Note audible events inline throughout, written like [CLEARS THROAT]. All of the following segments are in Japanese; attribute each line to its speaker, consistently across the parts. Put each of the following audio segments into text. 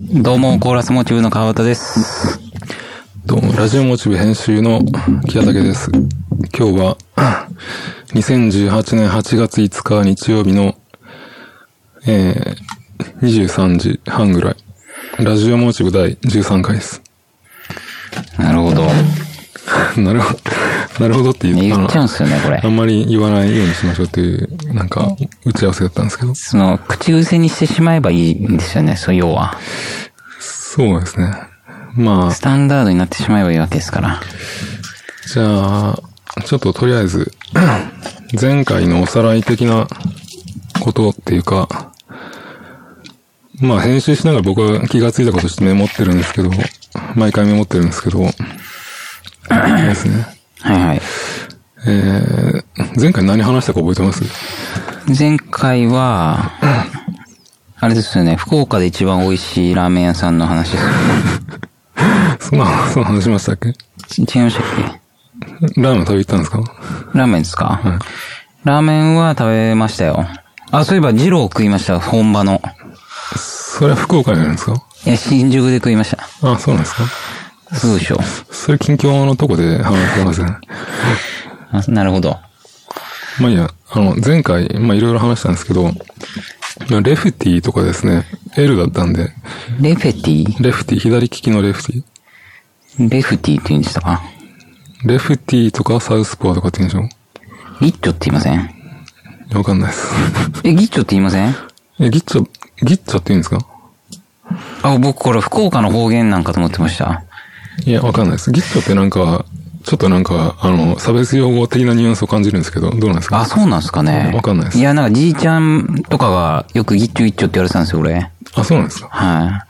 Speaker 1: どうも、コーラスモチューブの川端です。
Speaker 2: どうも、ラジオモチブ編集の木畑です。今日は、2018年8月5日日曜日の、えー、23時半ぐらい。ラジオモチブ第13回です。 [LAUGHS]
Speaker 1: なるほど。
Speaker 2: なるほど、なるほどって言った
Speaker 1: 言
Speaker 2: の
Speaker 1: っちゃうんすよね、これ
Speaker 2: あ。んまり言わないようにしましょうっていう、なんか、打ち合わせだったんですけど。
Speaker 1: その、口癖にしてしまえばいいんですよね、そう、要は。
Speaker 2: そうですね。まあ
Speaker 1: ス、タンダードになってしまえばいいわけですから。
Speaker 2: じゃあ、ちょっととりあえず、 [CLEARS THROAT] 前回のおさらい的なことっていうか、まあ編集しながら僕は気がついたことしてメモってるんですけど、毎回メモってるんですけど、 [CLEARS THROAT] あれですね。
Speaker 1: はいはい。
Speaker 2: えー、前回何話したか覚えてます
Speaker 1: 前回は、あれですよね、福岡で一番美味しいラーメン屋さんの話で
Speaker 2: そんな、そんな話しましたっけ
Speaker 1: す。違いましたっ
Speaker 2: ラーメン食べ行ったんですか
Speaker 1: けラーメンですか、ラーメンは食べましたよ。あ、そういえば、二郎食いました、本場の。
Speaker 2: それは福岡にあるんですか
Speaker 1: いや、新宿で食いました。
Speaker 2: あ、そうなんですか
Speaker 1: そうでしょ
Speaker 2: それ近況のとこで話してますね。
Speaker 1: あなるほど。
Speaker 2: まあいいや、あの、前回、まあいろいろ話したんですけど、まあレフティとかですね、L だったんで、
Speaker 1: レフェティ
Speaker 2: レフティ、左利きのレフティ。
Speaker 1: レフティって言うんでしたか
Speaker 2: レフティとかサウスポーとかって言うんでし
Speaker 1: ギッチョって言いません
Speaker 2: ょわかんないです。 [LAUGHS]
Speaker 1: え、ギッチョって言いません
Speaker 2: え、ギッチョ、ギッチョって言うんですか
Speaker 1: あ、僕これ福岡の方言なんかと思ってました。
Speaker 2: いや、わかんないです。ギッチョってなんか、ちょっとなんか、あの、差別用語的なニュアンスを感じるんですけど、どうなんです
Speaker 1: あ、
Speaker 2: か
Speaker 1: そうなんですかね。
Speaker 2: わかんないです
Speaker 1: いや、なんかじいちゃんとかがよくギッチョギッチョって言われてたんですよ、俺。
Speaker 2: あ、そうなんですか
Speaker 1: は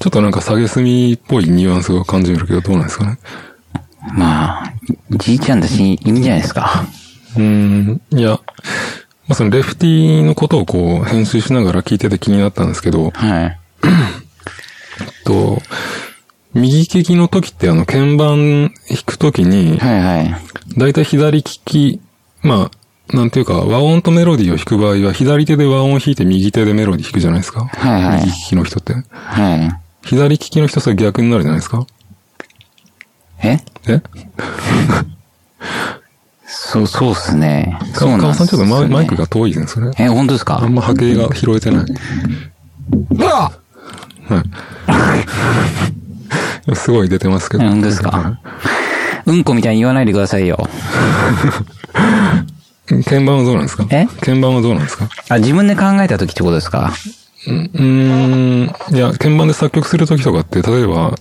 Speaker 2: ちょっとなんか、下げすみっぽいニュアンスを感じるけど、どうなんですかね
Speaker 1: い。まあ、じいちゃんだし、いいんじゃないですか。
Speaker 2: うーん、いや、まあ、そのレフティのことをこう、編集しながら聞いてて気になったんですけど、
Speaker 1: はい。
Speaker 2: えっと、右利きの時ってあの、鍵盤弾く時に、
Speaker 1: はいはい。
Speaker 2: だいたい左利き、まあ、なんていうか、和音とメロディーを弾く場合は、左手で和音を弾いて右手でメロディー弾くじゃないですか。
Speaker 1: はいはい
Speaker 2: 右利きの人って。
Speaker 1: は
Speaker 2: 左利きの人それ逆になるじゃないですか。
Speaker 1: い。え
Speaker 2: え
Speaker 1: そう、そうっすね。そうなん
Speaker 2: 川
Speaker 1: です
Speaker 2: さんちょっとマイマイク
Speaker 1: が。
Speaker 2: が遠いですね、それ。
Speaker 1: え、本当ですか
Speaker 2: あんま波形が拾えてない。
Speaker 1: [LAUGHS]
Speaker 2: はい。すごい出てますけ
Speaker 1: え
Speaker 2: ど。
Speaker 1: 本当ですかうんこみたいに言わないでくださいよ。
Speaker 2: 鍵盤はどうなんですか
Speaker 1: え
Speaker 2: 鍵盤はどうなんですか
Speaker 1: あ、自分で考えた時ってことですか
Speaker 2: うんうーん。いや、鍵盤で作曲するときとかって、例えば、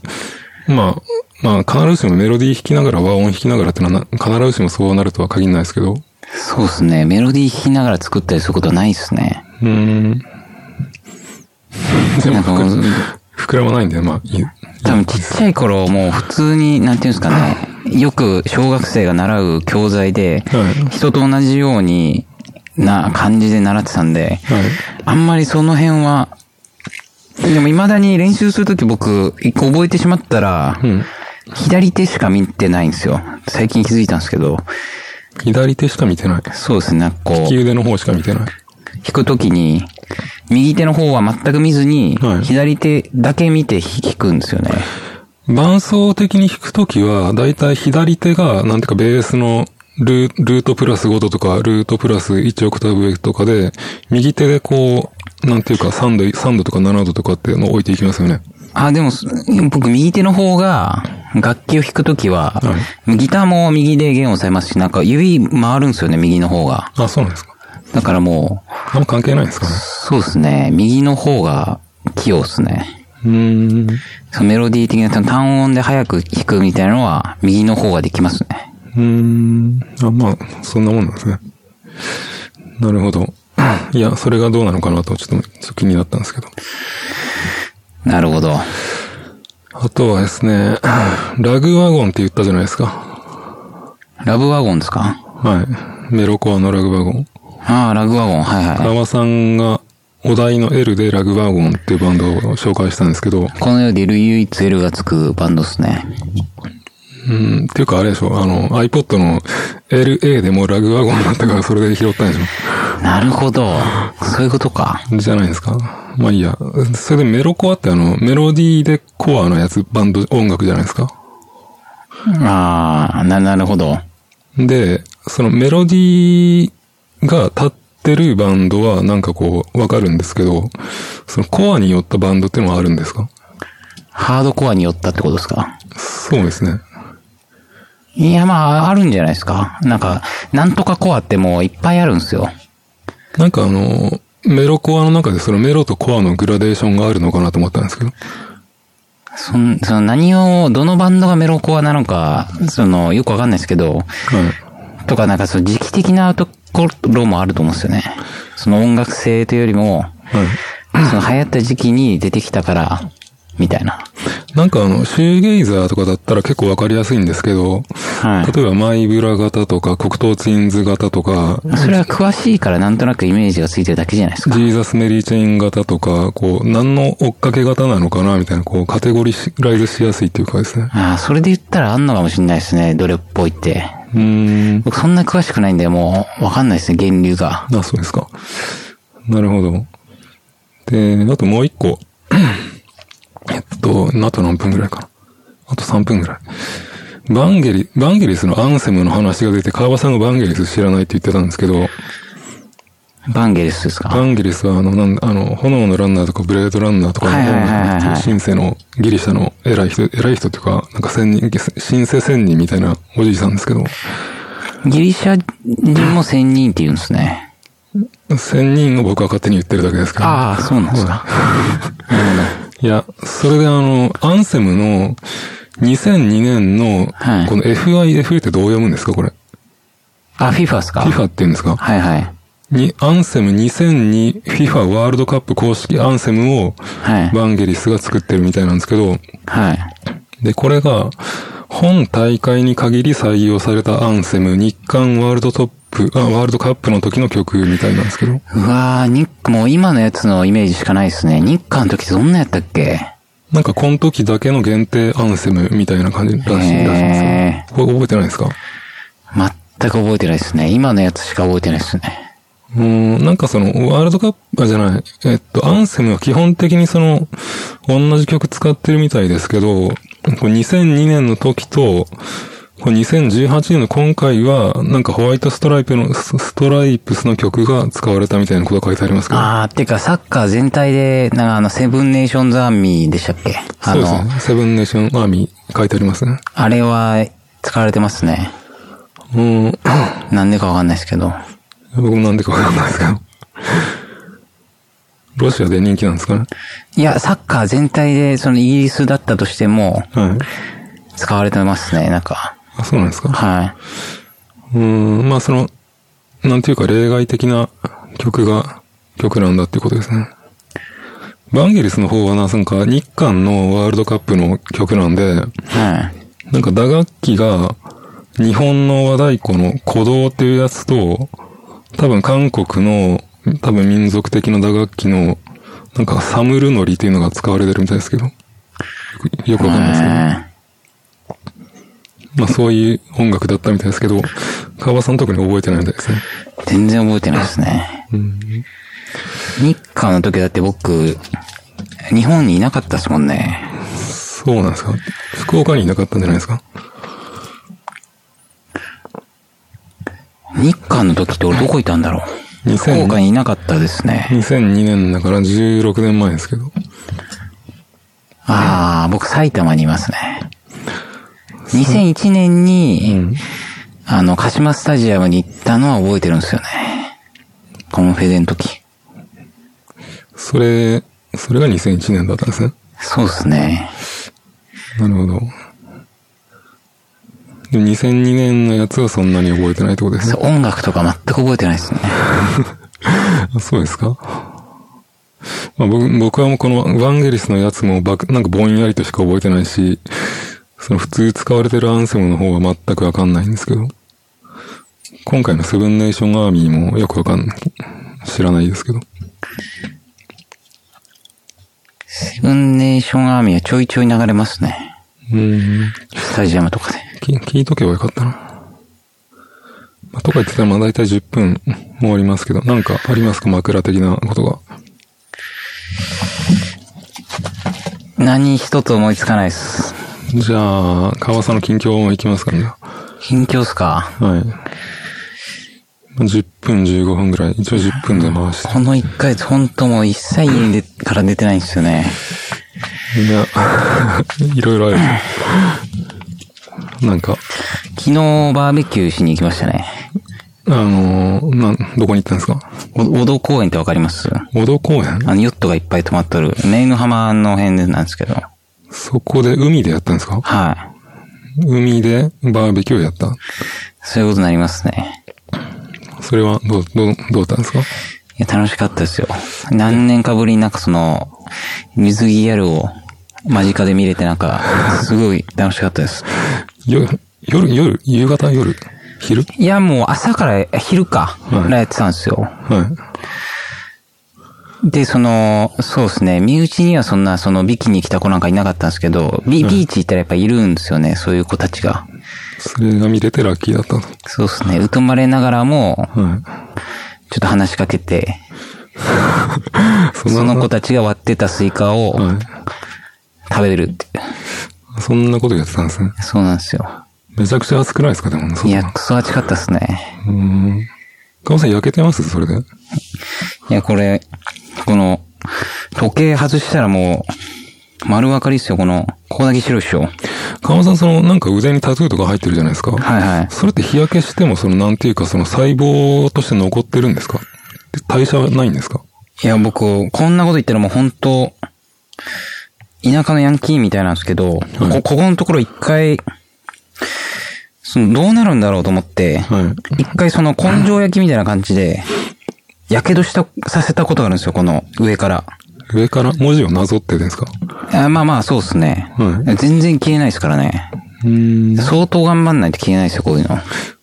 Speaker 2: まあ、まあ、必ずしもメロディー弾きながら和音弾きながらってのはな、必ずしもそうなるとは限らないですけど、う
Speaker 1: そうですね。メロディー弾きながら作ったりすることはないですね。
Speaker 2: ーん。で
Speaker 1: な
Speaker 2: も
Speaker 1: んか
Speaker 2: 膨ら、膨らまないんで、まあ、いい。
Speaker 1: 多分ちっちゃい頃、もう普通に、なんていうんですかね。よく小学生が習う教材で、
Speaker 2: はい。
Speaker 1: 人と同じようにな感じで習ってたんで、
Speaker 2: はい。
Speaker 1: あんまりその辺は、でも未だに練習するとき僕、一個覚えてしまったら、
Speaker 2: うん。
Speaker 1: 左手しか見てないんですよ。最近気づいたんですけど、
Speaker 2: 左手しか見てない。
Speaker 1: そうですね、なんかこう。
Speaker 2: 利き腕の方しか見てない。
Speaker 1: 弾くときに、右手の方は全く見ずに、
Speaker 2: はい
Speaker 1: 左手だけ見て弾くんですよね。
Speaker 2: 伴奏的に弾くときは、だいたい左手が、なんていうか、ベースのルールートプラス5度とか、ルートプラス1オクターブ上とかで、右手でこう、なんていうか、3度、3度とか7度とかっていうのを置いていきますよね。
Speaker 1: あ、でも、す僕、右手の方が、楽器を弾くときは、ギターも右で弦を押さえますし、なんか指回るんですよね、右の方が。
Speaker 2: あ、そうなんですか。
Speaker 1: だからもう、
Speaker 2: あんま関係ないですかね。
Speaker 1: そうですね、右の方が器用ですね。
Speaker 2: うーん。う
Speaker 1: そのメロディー的なその単音で早く弾くみたいなのは、右の方ができますね。
Speaker 2: ーん。あ、まあ、そんなもんなんですね。なるほど。いや、それがどうなのかなと、ちょっとちょっと気になったんですけど。
Speaker 1: なるほど。
Speaker 2: あとはですね、ラグワゴンって言ったじゃないですか。
Speaker 1: ラブワゴンですか
Speaker 2: はい。メロコアのラグワゴン。
Speaker 1: ああ、ラグワゴン、はいはい。
Speaker 2: 川さんがお題の L でラグワゴンっていうバンドを紹介したんですけど、
Speaker 1: この世でいる唯一 L がつくバンドっすね。
Speaker 2: うん、っていうかあれでしょ、あの、iPod の LA でもラグワゴンだったからそれで拾ったんでし
Speaker 1: なるほど。そういうことか。
Speaker 2: ょじゃないですか。まあいいや。それでメロコアってあの、メロディーでコアのやつ、バンド、音楽じゃないですか。
Speaker 1: ああ、な、なるほど。
Speaker 2: で、そのメロディーが立ってるバンドはなんかこう、わかるんですけど、そのコアによったバンドってのはあるんですか
Speaker 1: ハードコアによったってことですか
Speaker 2: そうですね。
Speaker 1: いや、まあ、あるんじゃないですか。なんか、なんとかコアってもういっぱいあるんですよ。
Speaker 2: なんかあの、メロコアの中でそのメロとコアのグラデーションがあるのかなと思ったんですけど。
Speaker 1: そん、その何を、どのバンドがメロコアなのか、その、よくわかんないですけど、
Speaker 2: はい。
Speaker 1: とかなんかその時期的なところもあると思うんですよね。その音楽性というよりも、
Speaker 2: はい。
Speaker 1: その流行った時期に出てきたから、みたいな。
Speaker 2: なんかあの、シューゲイザーとかだったら結構わかりやすいんですけど、
Speaker 1: はい。
Speaker 2: 例えばマイブラ型とか黒糖ツインズ型とか、
Speaker 1: [LAUGHS] それは詳しいからなんとなくイメージがついてるだけじゃないです
Speaker 2: ジ
Speaker 1: か。
Speaker 2: ーザスメリーチェイン型とか、こう、何の追っかけ型なのかなみたいな、こう、カテゴリライズしやすいっていうかですね。
Speaker 1: ああ、それで言ったらあんのかもしれないですね。どれっぽいって。
Speaker 2: うーん。
Speaker 1: 僕そんな詳しくないんで、もう、わかんないですね、源流が。
Speaker 2: あ、そうですか。なるほど。で、あともう一個。えっと、あと何分ぐらいかな。あと3分ぐらい。バンゲリ、バンゲリスのアンセムの話が出て、川場さんがバンゲリス知らないって言ってたんですけど、
Speaker 1: バンゲリスですか
Speaker 2: バンゲリスはあの、なんあの、炎のランナーとかブレードランナーとかの
Speaker 1: はいはいはいはいはい
Speaker 2: シンセのギリシャの偉い人、偉い人っていうか、なんか仙人、シンセ仙人みたいなおじいさんですけど、
Speaker 1: ギリシャ人も仙人って言うんですね。
Speaker 2: 仙人を僕は勝手に言ってるだけですけど。
Speaker 1: ああ、そうなんですか。
Speaker 2: いや、それであの、アンセムの2002年の、
Speaker 1: はい
Speaker 2: この FIFA ってどう読むんですかこれ。
Speaker 1: あ、FIFA ですか
Speaker 2: FIFA って言うんですか
Speaker 1: はいはい。
Speaker 2: に、アンセム 2002FIFA ワールドカップ公式アンセムを、
Speaker 1: はい。
Speaker 2: バンゲリスが作ってるみたいなんですけど、
Speaker 1: はい。
Speaker 2: で、これが、本大会に限り採用されたアンセム、日韓ワールドトップ、あ、ワールドカップの時の曲みたいなんですけど。
Speaker 1: うわー、ニック、もう今のやつのイメージしかないですね。ニッカの時ってどんなやったっけ
Speaker 2: なんかこの時だけの限定アンセムみたいな感じらしい、らしいんですよ。
Speaker 1: え
Speaker 2: これ覚えてないですか
Speaker 1: ー、全く覚えてないですね。今のやつしか覚えてないですね。
Speaker 2: うーん、なんかその、ワールドカップ、あ、じゃない、えっと、アンセムは基本的にその、同じ曲使ってるみたいですけど、こう2002年の時と、こう2018年の今回は、なんかホワイトストライプの、スストライプスの曲が使われたみたいなことが書いてありますけど。
Speaker 1: あー、てかサッカー全体で、なんかあの、セブンネーションズアーミーでしたっけあ
Speaker 2: そうです
Speaker 1: の、
Speaker 2: ね。セブンネーションアーミー書いてありますね。
Speaker 1: あれは使われてますね。
Speaker 2: うーん。
Speaker 1: なんでかわかんないですけど。
Speaker 2: 僕もなんでかわかんないですけど。ロシアで人気なんですかね。
Speaker 1: いや、サッカー全体で、そのイギリスだったとしても、
Speaker 2: はい。
Speaker 1: 使われてますね、なんか。
Speaker 2: あ、そうなんですか
Speaker 1: は
Speaker 2: うーん、まあその、なんていうか例外的な曲が、曲なんだっていうことですね。バンゲリスの方はな、なんか日韓のワールドカップの曲なんで、
Speaker 1: い。はい。
Speaker 2: なんか打楽器が日本の和太鼓の鼓動っていうやつと、多分韓国の多分民族的な打楽器のなんかサムルノリっていうのが使われてるみたいですけど。よくよくわかんないですけど。
Speaker 1: え
Speaker 2: まあそういう音楽だったみたいですけど、川場さん特に覚えてないみたいですね。
Speaker 1: ー全然覚えてないですね。
Speaker 2: うん
Speaker 1: 日韓の時だって僕、日本にいなかったですもんね。
Speaker 2: そうなんですか福岡にいなかったんじゃないですか
Speaker 1: 日韓の時って俺どこいたんだろう。
Speaker 2: 2000
Speaker 1: 福岡にいなかったですね。
Speaker 2: ?2002 年だから16年前ですけど。
Speaker 1: ああ、僕埼玉にいますね。2001年に、あの、鹿島スタジアムに行ったのは覚えてるんですよね。コンフェデの時。
Speaker 2: それ、それが2001年だったんですね。
Speaker 1: そうですね。
Speaker 2: なるほど。でも2002年のやつはそんなに覚えてないってことです
Speaker 1: そ
Speaker 2: ね。
Speaker 1: う音楽とか全く覚えてないですね。
Speaker 2: あ [LAUGHS] そうですかまあ、僕僕はもうこのワンゲリスのやつもばくなんかぼんやりとしか覚えてないし、その普通使われてるアンセムの方は全くわかんないんですけど、今回のセブンネーションアーミーもよくわかんない、知らないですけど。
Speaker 1: セブンネーションアーミーはちょいちょい流れますね。
Speaker 2: うん。
Speaker 1: スタジアムとかで。
Speaker 2: き聞いとけばよかったな。まあ、とか言ってたらまあ大体10分終わりますけど、なんかありますか枕的なことが。
Speaker 1: 何一つ思いつかないです。
Speaker 2: じゃあ、川さんの近況いきますかね。は
Speaker 1: 近況っすか
Speaker 2: い。まあ10分15分ぐらい。一応10分で回して。
Speaker 1: この1ヶ月、ほんともう一切家に出から出てないんですよね。
Speaker 2: いや、 [LAUGHS] いろいろある。なんか、
Speaker 1: 昨日バーベキューしに行きましたね。
Speaker 2: あのーなん、どこに行ったんですか
Speaker 1: お小道公園ってわかります
Speaker 2: 小戸公園
Speaker 1: あの、ヨットがいっぱい泊まっとる、メイの浜の辺なんですけど。
Speaker 2: そこで海でやったんですか
Speaker 1: はい。
Speaker 2: 海でバーベキューをやった。
Speaker 1: そういうことになりますね。
Speaker 2: それはどう、どう、どうだったんですか
Speaker 1: いや、楽しかったですよ。何年かぶりになんかその、水着やるを間近で見れてなんか、すごい楽しかったです。
Speaker 2: 夜、夜、夜、夕方、夜、昼
Speaker 1: いや、もう朝から昼か、
Speaker 2: はい
Speaker 1: らやってたんですよ。
Speaker 2: は
Speaker 1: で、その、そうですね、身内にはそんな、その、ビキに来た子なんかいなかったんですけど、ビビーチ行ったらやっぱいるんですよね、そういう子たちが。
Speaker 2: い。それが見れてラッキーだったと。
Speaker 1: そうですね、疎まれながらも、
Speaker 2: は
Speaker 1: ちょっと話しかけて、
Speaker 2: い。そんな
Speaker 1: その子たちが割ってたスイカを
Speaker 2: は
Speaker 1: 食べるって。
Speaker 2: い。そんなことやってたんですね。
Speaker 1: そうなんですよ。
Speaker 2: めちゃくちゃ暑くないですかでも、そ
Speaker 1: い
Speaker 2: ん
Speaker 1: や、
Speaker 2: な。
Speaker 1: クソ暑かったっすね。
Speaker 2: うーん。かおさん焼けてますそれで。
Speaker 1: いや、これ、この、時計外したらもう、丸分かりっすよ、この、ここだけ白いっしょ。はい
Speaker 2: かおさん、その、なんか腕にタトゥーとか入ってるじゃないですか。
Speaker 1: はい。
Speaker 2: それって日焼けしても、その、なんていうか、その細胞として残ってるんですかで代謝はないんですか
Speaker 1: いや、僕、こんなこと言ったらもう本当、田舎のヤンキーみたいなんですけど、こ、ここのところ一回、その、どうなるんだろうと思って、
Speaker 2: はい。
Speaker 1: 一回その根性焼きみたいな感じで、やけどした、させたことがあるんですよ、この上から。
Speaker 2: 上から文字をなぞってですか
Speaker 1: あまあまあ、そうですね、
Speaker 2: は
Speaker 1: 全然消えないですからね。
Speaker 2: うーん。
Speaker 1: 相当頑張んないと消えないですよ、こういうの。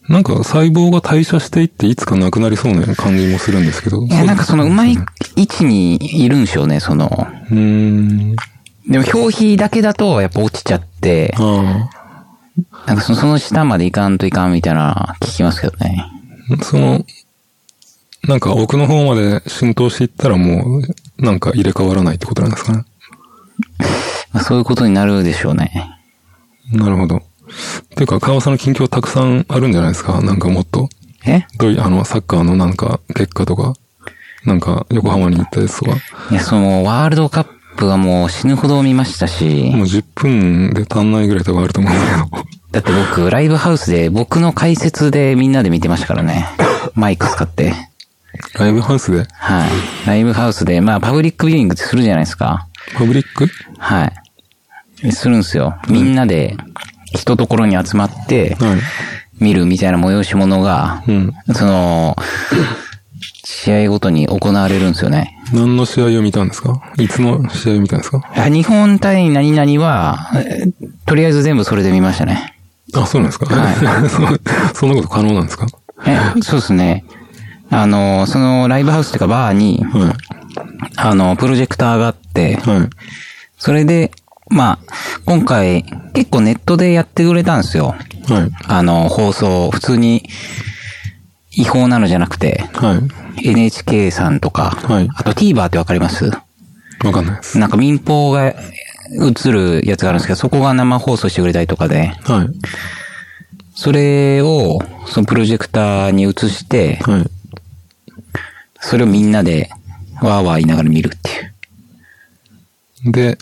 Speaker 2: なんか細胞が代謝していっていつかなくなりそうな感じもするんですけど。
Speaker 1: いや、なんかその、うまい位置にいるんでしょうね、その。
Speaker 2: うーん。
Speaker 1: でも、表皮だけだと、やっぱ落ちちゃって、
Speaker 2: ああ。
Speaker 1: なんかそのその下までいかんといかんみたいな、聞きますけどね。
Speaker 2: その、なんか奥の方まで浸透していったらもう、なんか入れ替わらないってことなんですかね。
Speaker 1: まあ、そういうことになるでしょうね。
Speaker 2: なるほど。ていうか、川尾さんの近況たくさんあるんじゃないですかなんかもっと。
Speaker 1: え
Speaker 2: どういう、あの、サッカーのなんか結果とか、なんか横浜に行ったやつとか。
Speaker 1: いや、その、ワールドカップはもう死ぬほど見ましたし、
Speaker 2: もう10分で足んないぐらいとかあると思うんだけど。
Speaker 1: だって僕、ライブハウスで、僕の解説でみんなで見てましたからね。マイク使って。
Speaker 2: [LAUGHS] ライブハウスで
Speaker 1: はい。ライブハウスで、まあ、パブリックビューイングってするじゃないですか。
Speaker 2: パブリック
Speaker 1: はい。するんですよ。みんなで、一ところに集まって、
Speaker 2: はい。
Speaker 1: 見るみたいな催し物が、
Speaker 2: うん。
Speaker 1: その、試合ごとに行われるんですよね。
Speaker 2: 何の試合を見たんですかいつの試合を見たんですか
Speaker 1: 日本対何々は、えーとりあえず全部それで見ましたね。
Speaker 2: あ、そうなんですか、
Speaker 1: は
Speaker 2: [LAUGHS] そそんなこと可能なんですか
Speaker 1: え、そうですね。あの、そのライブハウスっていうかバーに、
Speaker 2: は
Speaker 1: あの、プロジェクターがあって
Speaker 2: い。、はい。
Speaker 1: それで、まあ、今回、結構ネットでやってくれたんですよ。
Speaker 2: はい。
Speaker 1: あの、放送、普通に、違法なのじゃなくて、
Speaker 2: はい。
Speaker 1: NHK さんとか、
Speaker 2: はい
Speaker 1: あと TVer ってわかります
Speaker 2: わかんないです。
Speaker 1: なんか民放が映るやつがあるんですけど、そこが生放送してくれたりとかで、
Speaker 2: はい。
Speaker 1: それを、そのプロジェクターに映して、
Speaker 2: はい。
Speaker 1: それをみんなで、わーわー言いながら見るっていう。
Speaker 2: で、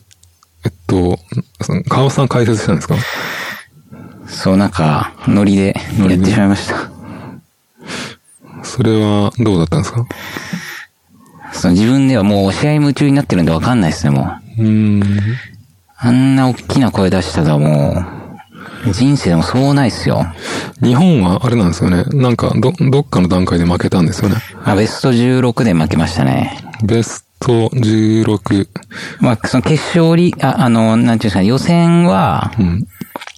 Speaker 2: えっと、その川尾さん解説したんですか
Speaker 1: そう、なんか、ノリでやってしまいました。
Speaker 2: それはどうだったんですか
Speaker 1: その自分ではもう試合夢中になってるんでわかんないですね、もう。
Speaker 2: うーん。
Speaker 1: あんな大きな声出したらもう、人生でもそうないっすよ。
Speaker 2: 日本はあれなんですよね。なんか、ど、どっかの段階で負けたんですよね。
Speaker 1: まあ、ベスト16で負けましたね。
Speaker 2: ベスト16。
Speaker 1: まあ、その決勝り、あ、あの、なんていうんですか、予選は、
Speaker 2: うん。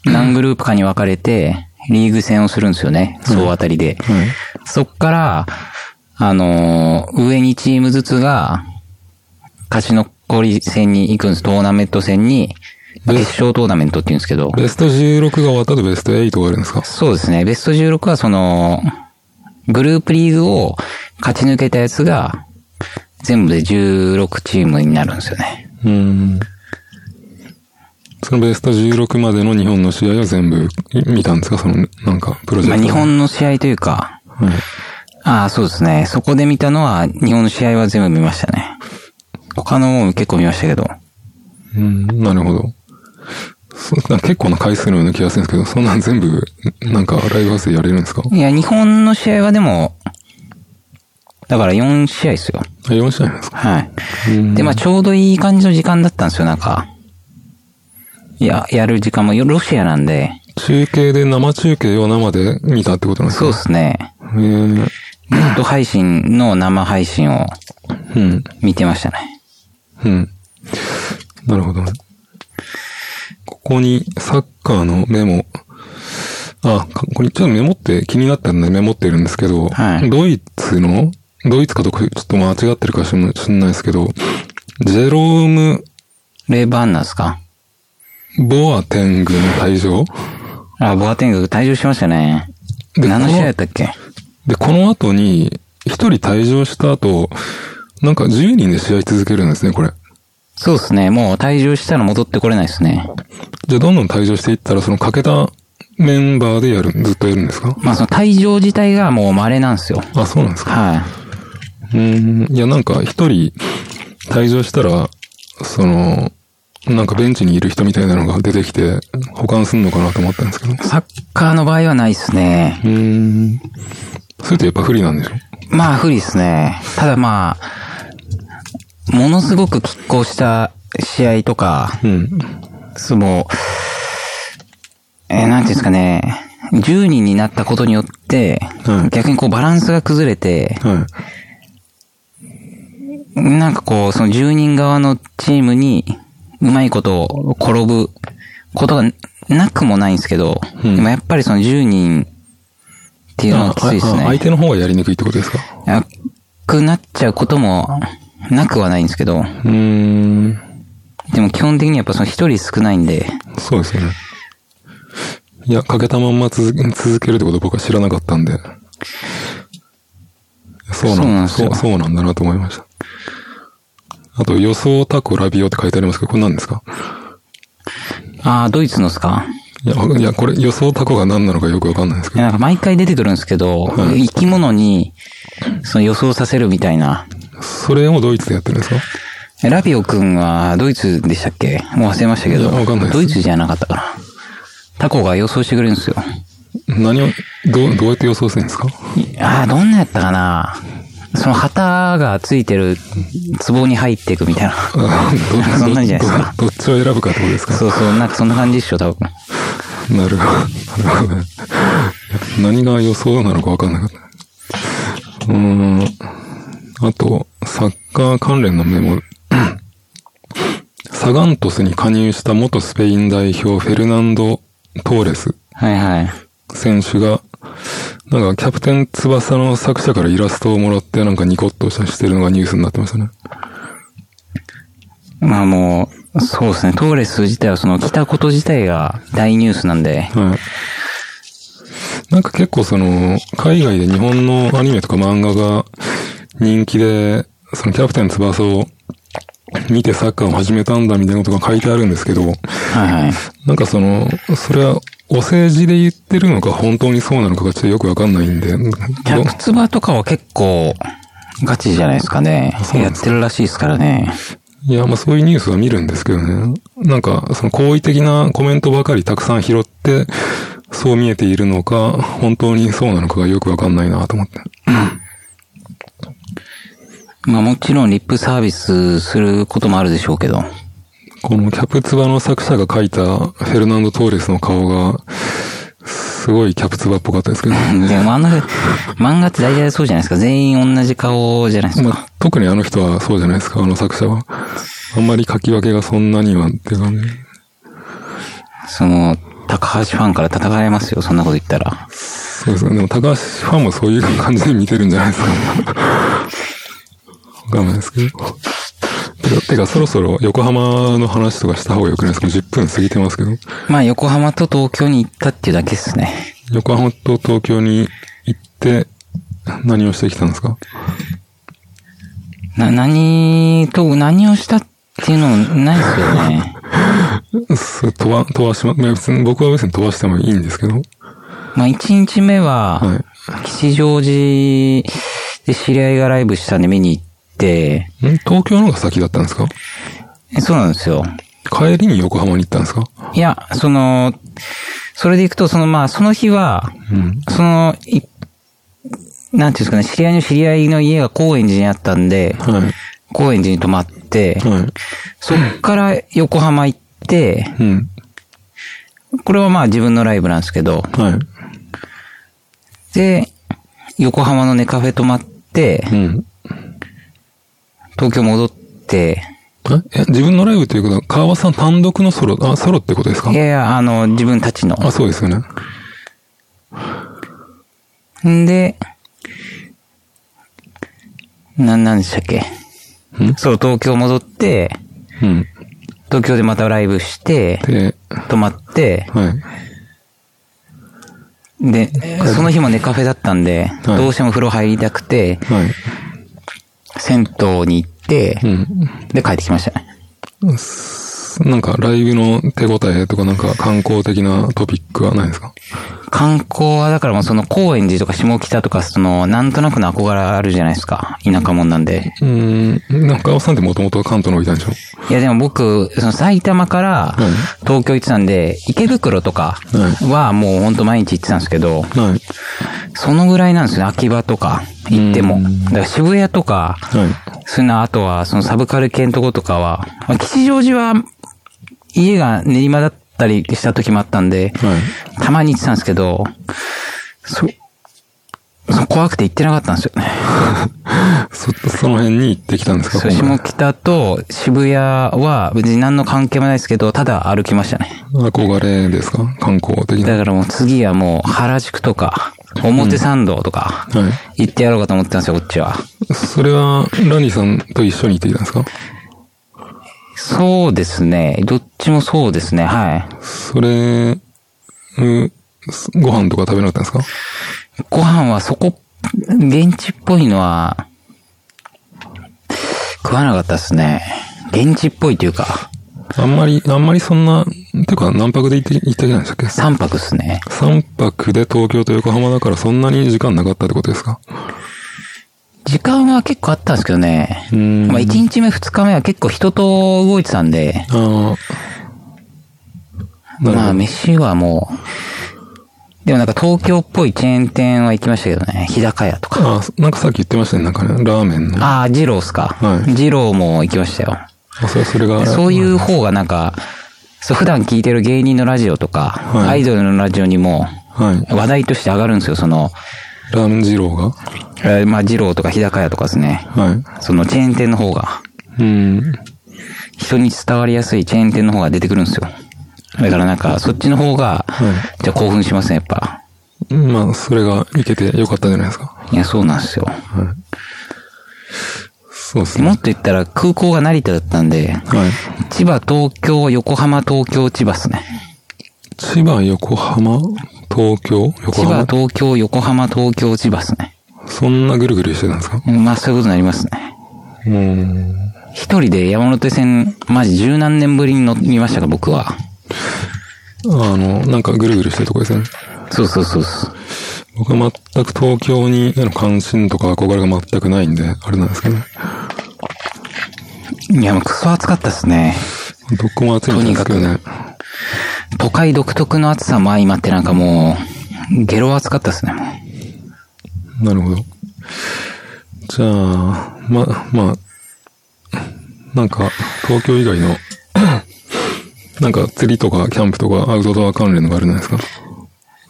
Speaker 1: 何グループかに分かれて、リーグ戦をするんですよね。総当たりで。
Speaker 2: はい。
Speaker 1: そっから、あのー上にチームずつが、勝ち残り戦に行くんです。トーナメント戦にまあ決勝トーナメントって言うんですけど、
Speaker 2: ベスト16が終わったとベスト8があるんですか
Speaker 1: そうですね、ベスト16はその、グループリーグを勝ち抜けたやつが、全部で16チームになるんですよね。
Speaker 2: うん。そのベスト16までの日本の試合は全部見たんですかその、なんか、プロジェ
Speaker 1: まあ、
Speaker 2: クト。
Speaker 1: 日本の試合というか、
Speaker 2: はい。
Speaker 1: ああ、そうですね。そこで見たのは、日本の試合は全部見ましたね。他のも結構見ましたけど。
Speaker 2: うん、なるほど。そなんか結構な回数のような気がするんですけど、そんなん全部、なんかライブハウスでやれるんですか
Speaker 1: いや、日本の試合はでも、だから4試合ですよ。
Speaker 2: あ ?4 試合なんですか
Speaker 1: はい。
Speaker 2: うん
Speaker 1: で、まあちょうどいい感じの時間だったんですよ、なんか。いや、やる時間も、よロシアなんで、
Speaker 2: 中継で生中継を生で見たってことなんです
Speaker 1: そう
Speaker 2: か
Speaker 1: ですね。
Speaker 2: う。へえ
Speaker 1: ネット配信の生配信を
Speaker 2: うん。
Speaker 1: 見てましたね。
Speaker 2: うん。なるほどね。ここにサッカーのメモ。あ、かここにちょっとメモって気になったんでメモってるんですけど、
Speaker 1: はい
Speaker 2: ドイツの、ドイツかどこかちょっと間違ってるかしんしんないですけど、ジェローム・
Speaker 1: レバンナですか
Speaker 2: ボアテングの退場
Speaker 1: あ、ボアテング退場しましたね。
Speaker 2: で
Speaker 1: 何の
Speaker 2: こ
Speaker 1: 試
Speaker 2: の
Speaker 1: 合やったっけ
Speaker 2: で、この後に、一人退場した後、なんか10人で試合続けるんですね、これ。
Speaker 1: そうですね。もう退場したら戻ってこれないですね。
Speaker 2: じゃあどんどん退場していったら、その欠けたメンバーでやる、ずっとやるんですか
Speaker 1: まあその退場自体がもう稀なんですよ。
Speaker 2: あ、そうなんですか
Speaker 1: は
Speaker 2: うーん。いや、なんか一人退場したら、その、なんかベンチにいる人みたいなのが出てきて、保管すんのかなと思ったんですけど。う
Speaker 1: い。サッカーの場合はないですね。
Speaker 2: ーん。それってやっぱ不利なんでしょ
Speaker 1: まあ不利ですね。ただまあ、ものすごく拮抗した試合とか、
Speaker 2: うん。
Speaker 1: その、えーなんていうんですかね、10人になったことによって、
Speaker 2: うん
Speaker 1: 逆にこうバランスが崩れて、
Speaker 2: はい。
Speaker 1: なんかこう、その10人側のチームに、うまいことを転ぶことがなくもないんですけど、
Speaker 2: うん
Speaker 1: でもやっぱりその10人っていうのはきついです
Speaker 2: ああ相
Speaker 1: ね。
Speaker 2: 手の方がやりにくいってことですか
Speaker 1: なくなっちゃうこともなくはないんですけど、
Speaker 2: うーん。
Speaker 1: でも基本的にやっぱその一人少ないんで、
Speaker 2: そうですよね。いや、かけたまんま続け続けるってこと僕は知らなかったんで。そう
Speaker 1: そうなん
Speaker 2: な
Speaker 1: で
Speaker 2: んだ。
Speaker 1: す
Speaker 2: そ
Speaker 1: よ
Speaker 2: うそうなんだなと思いました。あと、予想タコラビオって書いてありますけど、これ何ですか
Speaker 1: ああ、ドイツのですか
Speaker 2: いや、いや、これ予想タコが何なのかよくわかんないんです
Speaker 1: い
Speaker 2: け
Speaker 1: や
Speaker 2: ど。
Speaker 1: なんか毎回出てくるんですけど、
Speaker 2: はい
Speaker 1: 生き物にその予想させるみたいな。
Speaker 2: それをドイツでやってるんですか
Speaker 1: ラビオくんはドイツでしたっけもう忘れましたけ
Speaker 2: い
Speaker 1: ど。
Speaker 2: やわかんないです
Speaker 1: ドイツじゃなかったかな。タコが予想してくれるんですよ。
Speaker 2: 何を、どう、どうやって予想するんですか
Speaker 1: いああ、どんなやったかなその旗がついてる壺に入っていくみたいな。 [LAUGHS]
Speaker 2: あど
Speaker 1: そんなんじゃないですか
Speaker 2: どどどっちを選ぶかってことですか
Speaker 1: そうそう、なんかそんな感じっしょ、多分。
Speaker 2: なるほど。なるほどね。何が予想なのか分かんなかった。うーん。あと、サッカー関連のメモ。サガントスに加入した元スペイン代表フェルナンド・トーレス
Speaker 1: はいはい。
Speaker 2: 選手が、なんかキャプテン翼の作者からイラストをもらってなんかニコッとしてるのがニュースになってましたね。
Speaker 1: まあもう、そうですね。トーレス自体はその来たこと自体が大ニュースなんで。
Speaker 2: はい。なんか結構その、海外で日本のアニメとか漫画が人気で、そのキャプテン翼を見てサッカーを始めたんだみたいなことが書いてあるんですけど、
Speaker 1: はいはい。
Speaker 2: なんかその、それはお世辞で言ってるのか本当にそうなのかがちょっとよくわかんないんで、ど
Speaker 1: キャプツバとかは結構、ガチじゃないですかね。
Speaker 2: そう
Speaker 1: や
Speaker 2: なん
Speaker 1: っ
Speaker 2: です
Speaker 1: てるらしいですからね。
Speaker 2: いや、まあそういうニュースは見るんですけどね。なんか、その好意的なコメントばかりたくさん拾って、そう見えているのか、本当にそうなのかがよくわかんないなと思って。
Speaker 1: まあもちろんリップサービスすることもあるでしょうけど。
Speaker 2: このキャプツバの作者が描いたフェルナンド・トーレスの顔が、すごいキャプツバっぽかったですけど、
Speaker 1: でもあんな、漫画って大体そうじゃないですか。全員同じ顔じゃないです
Speaker 2: ま
Speaker 1: か。
Speaker 2: あ、特にあの人はそうじゃないですか、あの作者は。あんまり書き分けがそんなにはって感じ。
Speaker 1: その、高橋ファンから叩かれますよ。そんなこと言ったら。
Speaker 2: そうですね。でも高橋ファンもそういう感じで見てるんじゃないですか。わかんないですけど。てか、てかそろそろ横浜の話とかした方がよくないですか ?10 分過ぎてますけど。
Speaker 1: まあ、横浜と東京に行ったっていうだけですね。
Speaker 2: 横浜と東京に行って、何をしてきたんですか
Speaker 1: な、何と、何をしたっていうのもないですよね。
Speaker 2: それ [LAUGHS] 飛ば、飛ばしま、いや別に僕は別に飛ばしてもいいんですけど。
Speaker 1: まあ、1日目は、
Speaker 2: はい。
Speaker 1: 吉祥寺で知り合いがライブしたんで見に行って、
Speaker 2: ん東京の方が先だったんですか
Speaker 1: えそうなんですよ。
Speaker 2: 帰りに横浜に行ったんですか
Speaker 1: いや、その、それで行くと、その、まあ、その日は、
Speaker 2: うん。
Speaker 1: その、いなんていうんですかね、知り合いの知り合いの家が高円寺にあったんで、
Speaker 2: はい。
Speaker 1: 高円寺に泊まって、
Speaker 2: はい。
Speaker 1: そっから横浜行って、
Speaker 2: うん。
Speaker 1: これはまあ自分のライブなんですけど、
Speaker 2: はい。
Speaker 1: で、横浜のネカフェ泊まって、
Speaker 2: うん。
Speaker 1: 東京戻って、
Speaker 2: ええ自分のライブということは、川端さん単独のソロ、あ、ソロってことですか
Speaker 1: いやいや、あの、自分たちの。
Speaker 2: あ、そうですよね。
Speaker 1: んで、なん、なんでしたっけ
Speaker 2: ん
Speaker 1: そう、東京戻って、
Speaker 2: うん。
Speaker 1: 東京でまたライブして、
Speaker 2: で、
Speaker 1: 泊まって、
Speaker 2: はい。
Speaker 1: で、その日もね、カフェだったんで、
Speaker 2: はい
Speaker 1: どうしても風呂入りたくて、
Speaker 2: はい。
Speaker 1: 銭湯に行って
Speaker 2: う、ん。
Speaker 1: で、帰ってきましたね。
Speaker 2: すなんか、ライブの手応えとか、なんか、観光的なトピックはないですか
Speaker 1: 観光は、だからもうその高円寺とか下北とか、その、なんとなくの憧れあるじゃないですか。田舎者なんで。
Speaker 2: うーん。なんか、川端さんってもともと関東の方いたんでしょ
Speaker 1: いやでも僕、その埼玉から
Speaker 2: うん
Speaker 1: 東京行ってたんで、池袋とかはもうほんと毎日行ってたんですけど、
Speaker 2: はい。
Speaker 1: そのぐらいなんですよね。秋葉とか行っても。だから渋谷とか、
Speaker 2: はい。
Speaker 1: そういうの、あとはそのサブカル系のとことかは、まあ吉祥寺は家が練馬だったりした時もあったんで、
Speaker 2: はい。
Speaker 1: たまに行ってたんですけど、そ、そう怖くて行ってなかったんですよね。
Speaker 2: そ、その辺に行ってきたんですか
Speaker 1: そう下
Speaker 2: 今回
Speaker 1: 北と渋谷は別に何の関係もないですけど、ただ歩きましたね。
Speaker 2: 憧れですか観光的な。
Speaker 1: だからもう次はもう原宿とか、表参道とか、
Speaker 2: は
Speaker 1: 行ってやろうかと思ってたんですよ、こっちは。
Speaker 2: い。それは、ラニーさんと一緒に行ってきたんですか
Speaker 1: そうですね。どっちもそうですね、はい。
Speaker 2: それ、うん、すご飯とか食べなかったんですか
Speaker 1: ご飯はそこ、現地っぽいのは、食わなかったですね。現地っぽいというか、
Speaker 2: あんまり、あんまりそんな、てか何泊で行って、行ってきたんでしたっけ
Speaker 1: 3泊ですね。
Speaker 2: 三泊で東京と横浜だからそんなに時間なかったってことですか
Speaker 1: 時間は結構あったんですけどね。
Speaker 2: うーん
Speaker 1: まあ1日目2日目は結構人と動いてたんで、
Speaker 2: ああ。なるほ
Speaker 1: まあ
Speaker 2: ど。
Speaker 1: 飯はもう、でもなんか東京っぽいチェーン店は行きましたけどね。日高屋とか。
Speaker 2: ああ、なんかさっき言ってましたね、なんかね、ラーメンの。
Speaker 1: ああ、二郎っすか。
Speaker 2: はい
Speaker 1: 二郎も行きましたよ。
Speaker 2: あそれ、それが。
Speaker 1: そういう方がなんか、そう普段聞いてる芸人のラジオとか、
Speaker 2: はい
Speaker 1: アイドルのラジオにも
Speaker 2: はい。
Speaker 1: 話題として上がるんですよ。その、
Speaker 2: ラーメン二郎が
Speaker 1: えーまあ二郎とか日高屋とかですね。
Speaker 2: はい。
Speaker 1: そのチェーン店の方が、
Speaker 2: うん。
Speaker 1: 人に伝わりやすいチェーン店の方が出てくるんですよ。だからなんか、そっちの方が、
Speaker 2: い
Speaker 1: じゃあ興奮しますね、やっぱ。
Speaker 2: まあ、それがいけてよかったんじゃないですか。
Speaker 1: いや、そうなんですよ。
Speaker 2: そうです
Speaker 1: も
Speaker 2: ね
Speaker 1: っ。と言ったら空港が成田だったんで、
Speaker 2: はい。
Speaker 1: 千葉、東京、横浜、東京、千葉ですね。
Speaker 2: 千葉、横浜、東京、横
Speaker 1: 千葉、
Speaker 2: 浜。
Speaker 1: 東京、横浜、東京、千葉ですね。
Speaker 2: そんなぐるぐるしてたんですか
Speaker 1: まあそういうことになりますね。
Speaker 2: うん。
Speaker 1: 一人で山手線、マジ十何年ぶりに乗りましたか、僕は。
Speaker 2: あの、なんかぐるぐるしてるとこですね。
Speaker 1: そうそうそうそう。
Speaker 2: 僕は全く東京にあの関心とか憧れが全くないんで、あれなんですけどね。
Speaker 1: いや、もうクソ暑かったですね。
Speaker 2: どこも暑いんですけどね。
Speaker 1: 都会独特の暑さも相まってなんかもう、ゲロ暑かったですね、もう。
Speaker 2: なるほど。じゃあ、ま、まあ、なんか、東京以外の、なんか釣りとかキャンプとかアウトドア関連のがあるじゃないですか。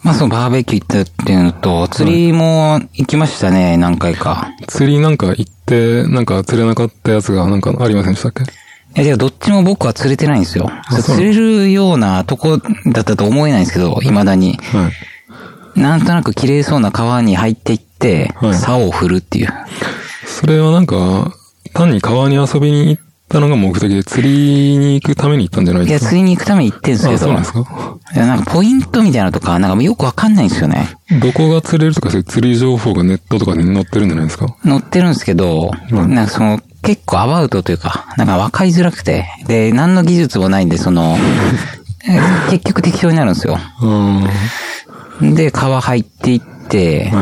Speaker 1: まあそのバーベキュー行ったっていうのと、釣りも行きましたね、何回か。
Speaker 2: 釣りなんか行って、なんか釣れなかったやつがなんかありませんでしたっけ
Speaker 1: え、でもどっちも僕は釣れてないんですよ。
Speaker 2: そう
Speaker 1: 釣れるようなとこだったと思えないんですけど、未だに。
Speaker 2: はい。
Speaker 1: なんとなく綺麗そうな川に入っていって
Speaker 2: は、い
Speaker 1: 竿を振るっていう。
Speaker 2: それはなんか、単に川に遊びに行ったのが目的で、釣りに行くために行ったんじゃない
Speaker 1: い
Speaker 2: で
Speaker 1: や、
Speaker 2: すか
Speaker 1: 釣りに行くために行ってんすけ
Speaker 2: あ、
Speaker 1: ど。
Speaker 2: そうなんですか
Speaker 1: いや、なんかポイントみたいなのとか、なんかよくわかんないんですよね。
Speaker 2: どこが釣れるとかそういう釣り情報がネットとかに載ってるんじゃないですか
Speaker 1: 載ってるんですけど、
Speaker 2: うん
Speaker 1: なんかその、結構アバウトというか、なんかわかりづらくて、で、何の技術もないんで、そ
Speaker 2: [LAUGHS]
Speaker 1: の、え結局適当になるんですよ。
Speaker 2: うん。は
Speaker 1: で、川入っていって、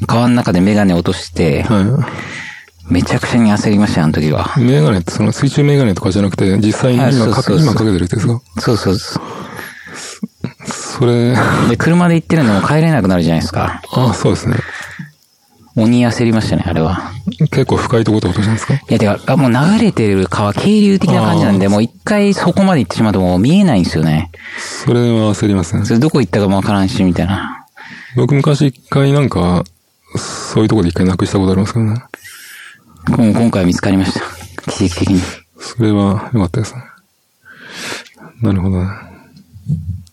Speaker 2: い。
Speaker 1: 川の中でメガネ落として、
Speaker 2: は
Speaker 1: めちゃくちゃに焦りましたよ、あの時は。
Speaker 2: い。メガネって、その水中メガネとかじゃなくて、実際に
Speaker 1: あそ
Speaker 2: 今
Speaker 1: う
Speaker 2: か
Speaker 1: そうそう
Speaker 2: 今かけてるやつですか
Speaker 1: そうそうそ
Speaker 2: それ、
Speaker 1: う。で、車で行ってるのも帰れなくなるじゃないですか。
Speaker 2: あ、そうですね。
Speaker 1: 鬼焦りましたね、あれは。
Speaker 2: 結構深いとこってことじゃないですか
Speaker 1: いや、てか、あもう流れてる川、渓流的な感じなんで、もう一回そこまで行ってしまうともう見えないんですよね。
Speaker 2: それは焦りますね
Speaker 1: そ。れどこ行ったかもわからんし、みたいな。
Speaker 2: 僕昔一回なんか、そういうとこで一回なくしたことありますけどね。
Speaker 1: もう今回は見つかりました。 [LAUGHS] 奇跡的に。
Speaker 2: それは良かったですね。なるほどね。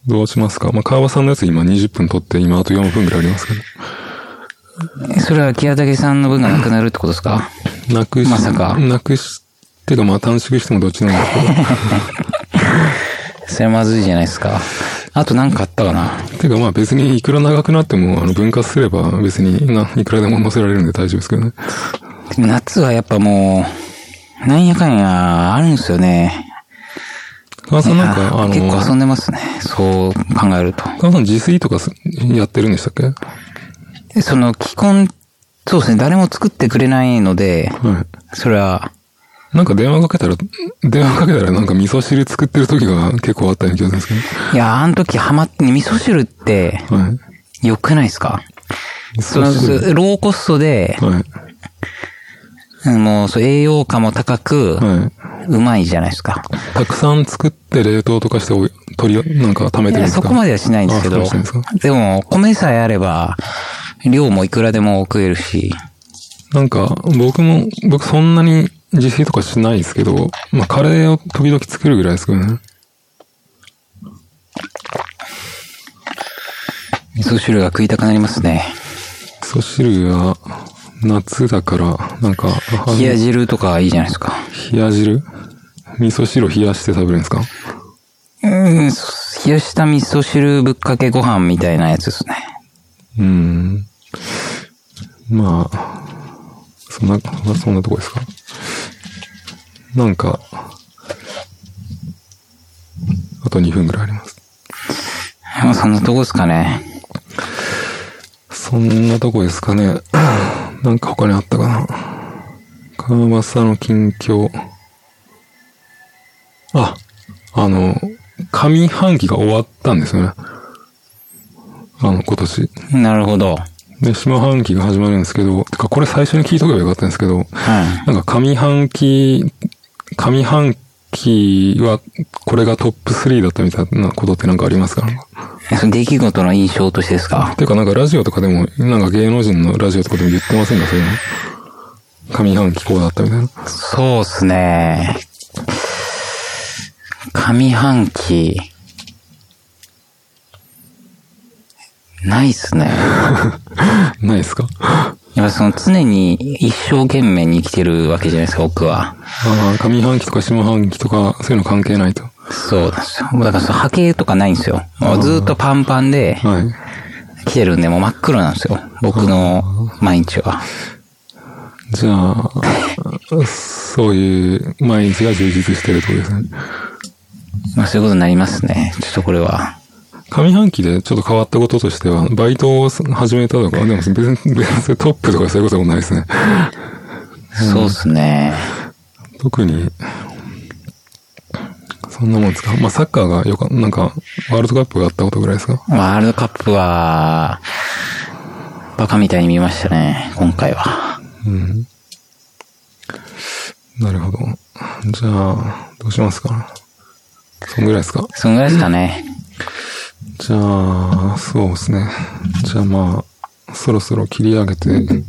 Speaker 2: どうしますかまあ、川場さんのやつ今20分撮って、今あと4分ぐらいありますけ
Speaker 1: えそれは清武さんの分がなくなるってことですか
Speaker 2: ど。なくし、
Speaker 1: まさか
Speaker 2: なくし、てかまあ短縮してもどっちでもいいんです
Speaker 1: それまずいじゃないですか。あとなんかあったかな
Speaker 2: けど。て [LAUGHS] かまあ別にいくら長くなっても、あの分割すれば別にないくらでも載せられるんで大丈夫ですけどね。
Speaker 1: でも夏はやっぱもう、なんやかんや、あるんですよね。
Speaker 2: 川場さんなんか、あ
Speaker 1: あ
Speaker 2: の、
Speaker 1: 結構遊
Speaker 2: 川
Speaker 1: んでますね。そう考えると。
Speaker 2: 場さん自炊とかすやってるんでしたっけは
Speaker 1: でその、既婚、そうですね、誰も作ってくれないので、
Speaker 2: い。
Speaker 1: それは、
Speaker 2: なんか電話かけたら、電話かけたらなんか味噌汁作ってる時が結構あったような気がするんです
Speaker 1: いや、あの時ハマって、味噌汁って、
Speaker 2: けど。はい。
Speaker 1: 良くないですかその、
Speaker 2: 味噌汁
Speaker 1: そローコストで、
Speaker 2: はい。
Speaker 1: もう、そう栄養価も高く、
Speaker 2: はい。
Speaker 1: うまいじゃないですか。
Speaker 2: たくさん作って冷凍とかしておい、取り、なんか貯め
Speaker 1: い
Speaker 2: てるん
Speaker 1: や
Speaker 2: です
Speaker 1: そ
Speaker 2: か
Speaker 1: こまではしないんですけど
Speaker 2: あそうなんですか、
Speaker 1: でも、米さえあれば、量もいくらでも食えるし、
Speaker 2: なんか、僕も、僕そんなに自炊とかしないですけど、まあカレーを時々作るぐらいですけどね。
Speaker 1: 味噌汁が食いたくなりますね。
Speaker 2: 味噌汁が、夏だから、なんか、あ
Speaker 1: 冷や汁とかいいじゃないですか。
Speaker 2: 冷や汁味噌汁を冷やして食べるんですか
Speaker 1: うん、冷やした味噌汁ぶっかけご飯みたいなやつですね。
Speaker 2: うん。まあ、そんな、そんなとこですか。なんか、あと2分ぐらいあります。
Speaker 1: まあ、そんなとこですかね。
Speaker 2: そんなとこですかね。 [CLEARS THROAT] なんか他にあったかな。川端の近況。あ、あの、上半期が終わったんですよね。あの、今年。
Speaker 1: なるほど。
Speaker 2: で、下半期が始まるんですけど、てかこれ最初に聞いとけばよかったんですけど、
Speaker 1: は
Speaker 2: なんか上半期、上半期はこれがトップ3だったみたいなことってなんかありますか
Speaker 1: い。その出来事の印象としてですか
Speaker 2: てかなんかラジオとかでも、なんか芸能人のラジオとかでも言ってませんかそういうの。上半期こうだったみたいな。
Speaker 1: そうっすね。上半期。ないっすね。
Speaker 2: ないですかあ
Speaker 1: やっぱその常に一生懸命に生きてるわけじゃないですか、僕は。
Speaker 2: あ、上半期とか下半期とか、そういうの関係ないと。
Speaker 1: そうなんですよ。だからその波形とかないんですよ。もうずっとパンパンで
Speaker 2: はい。
Speaker 1: 来てるんで、もう真っ黒なんですよ。僕の毎日は。
Speaker 2: じゃあ、そういう毎日が充実してるってことですね。
Speaker 1: まあそういうことになりますね。ちょっとこれは。
Speaker 2: 上半期でちょっと変わったこととしては、バイトを始めたとか、でも別に、別にトップとかそういうこともないですね。
Speaker 1: そうっすね。
Speaker 2: 特に、そんなもんですかまあ、サッカーがよか、なんか、ワールドカップがあったことぐらいですか
Speaker 1: ワールドカップは、バカみたいに見ましたね、今回は。
Speaker 2: うん。なるほど。じゃあ、どうしますかそんぐらいですか
Speaker 1: そんぐらいですかね。
Speaker 2: じゃあ、そうですね。じゃあまあ、そろそろ切り上げて、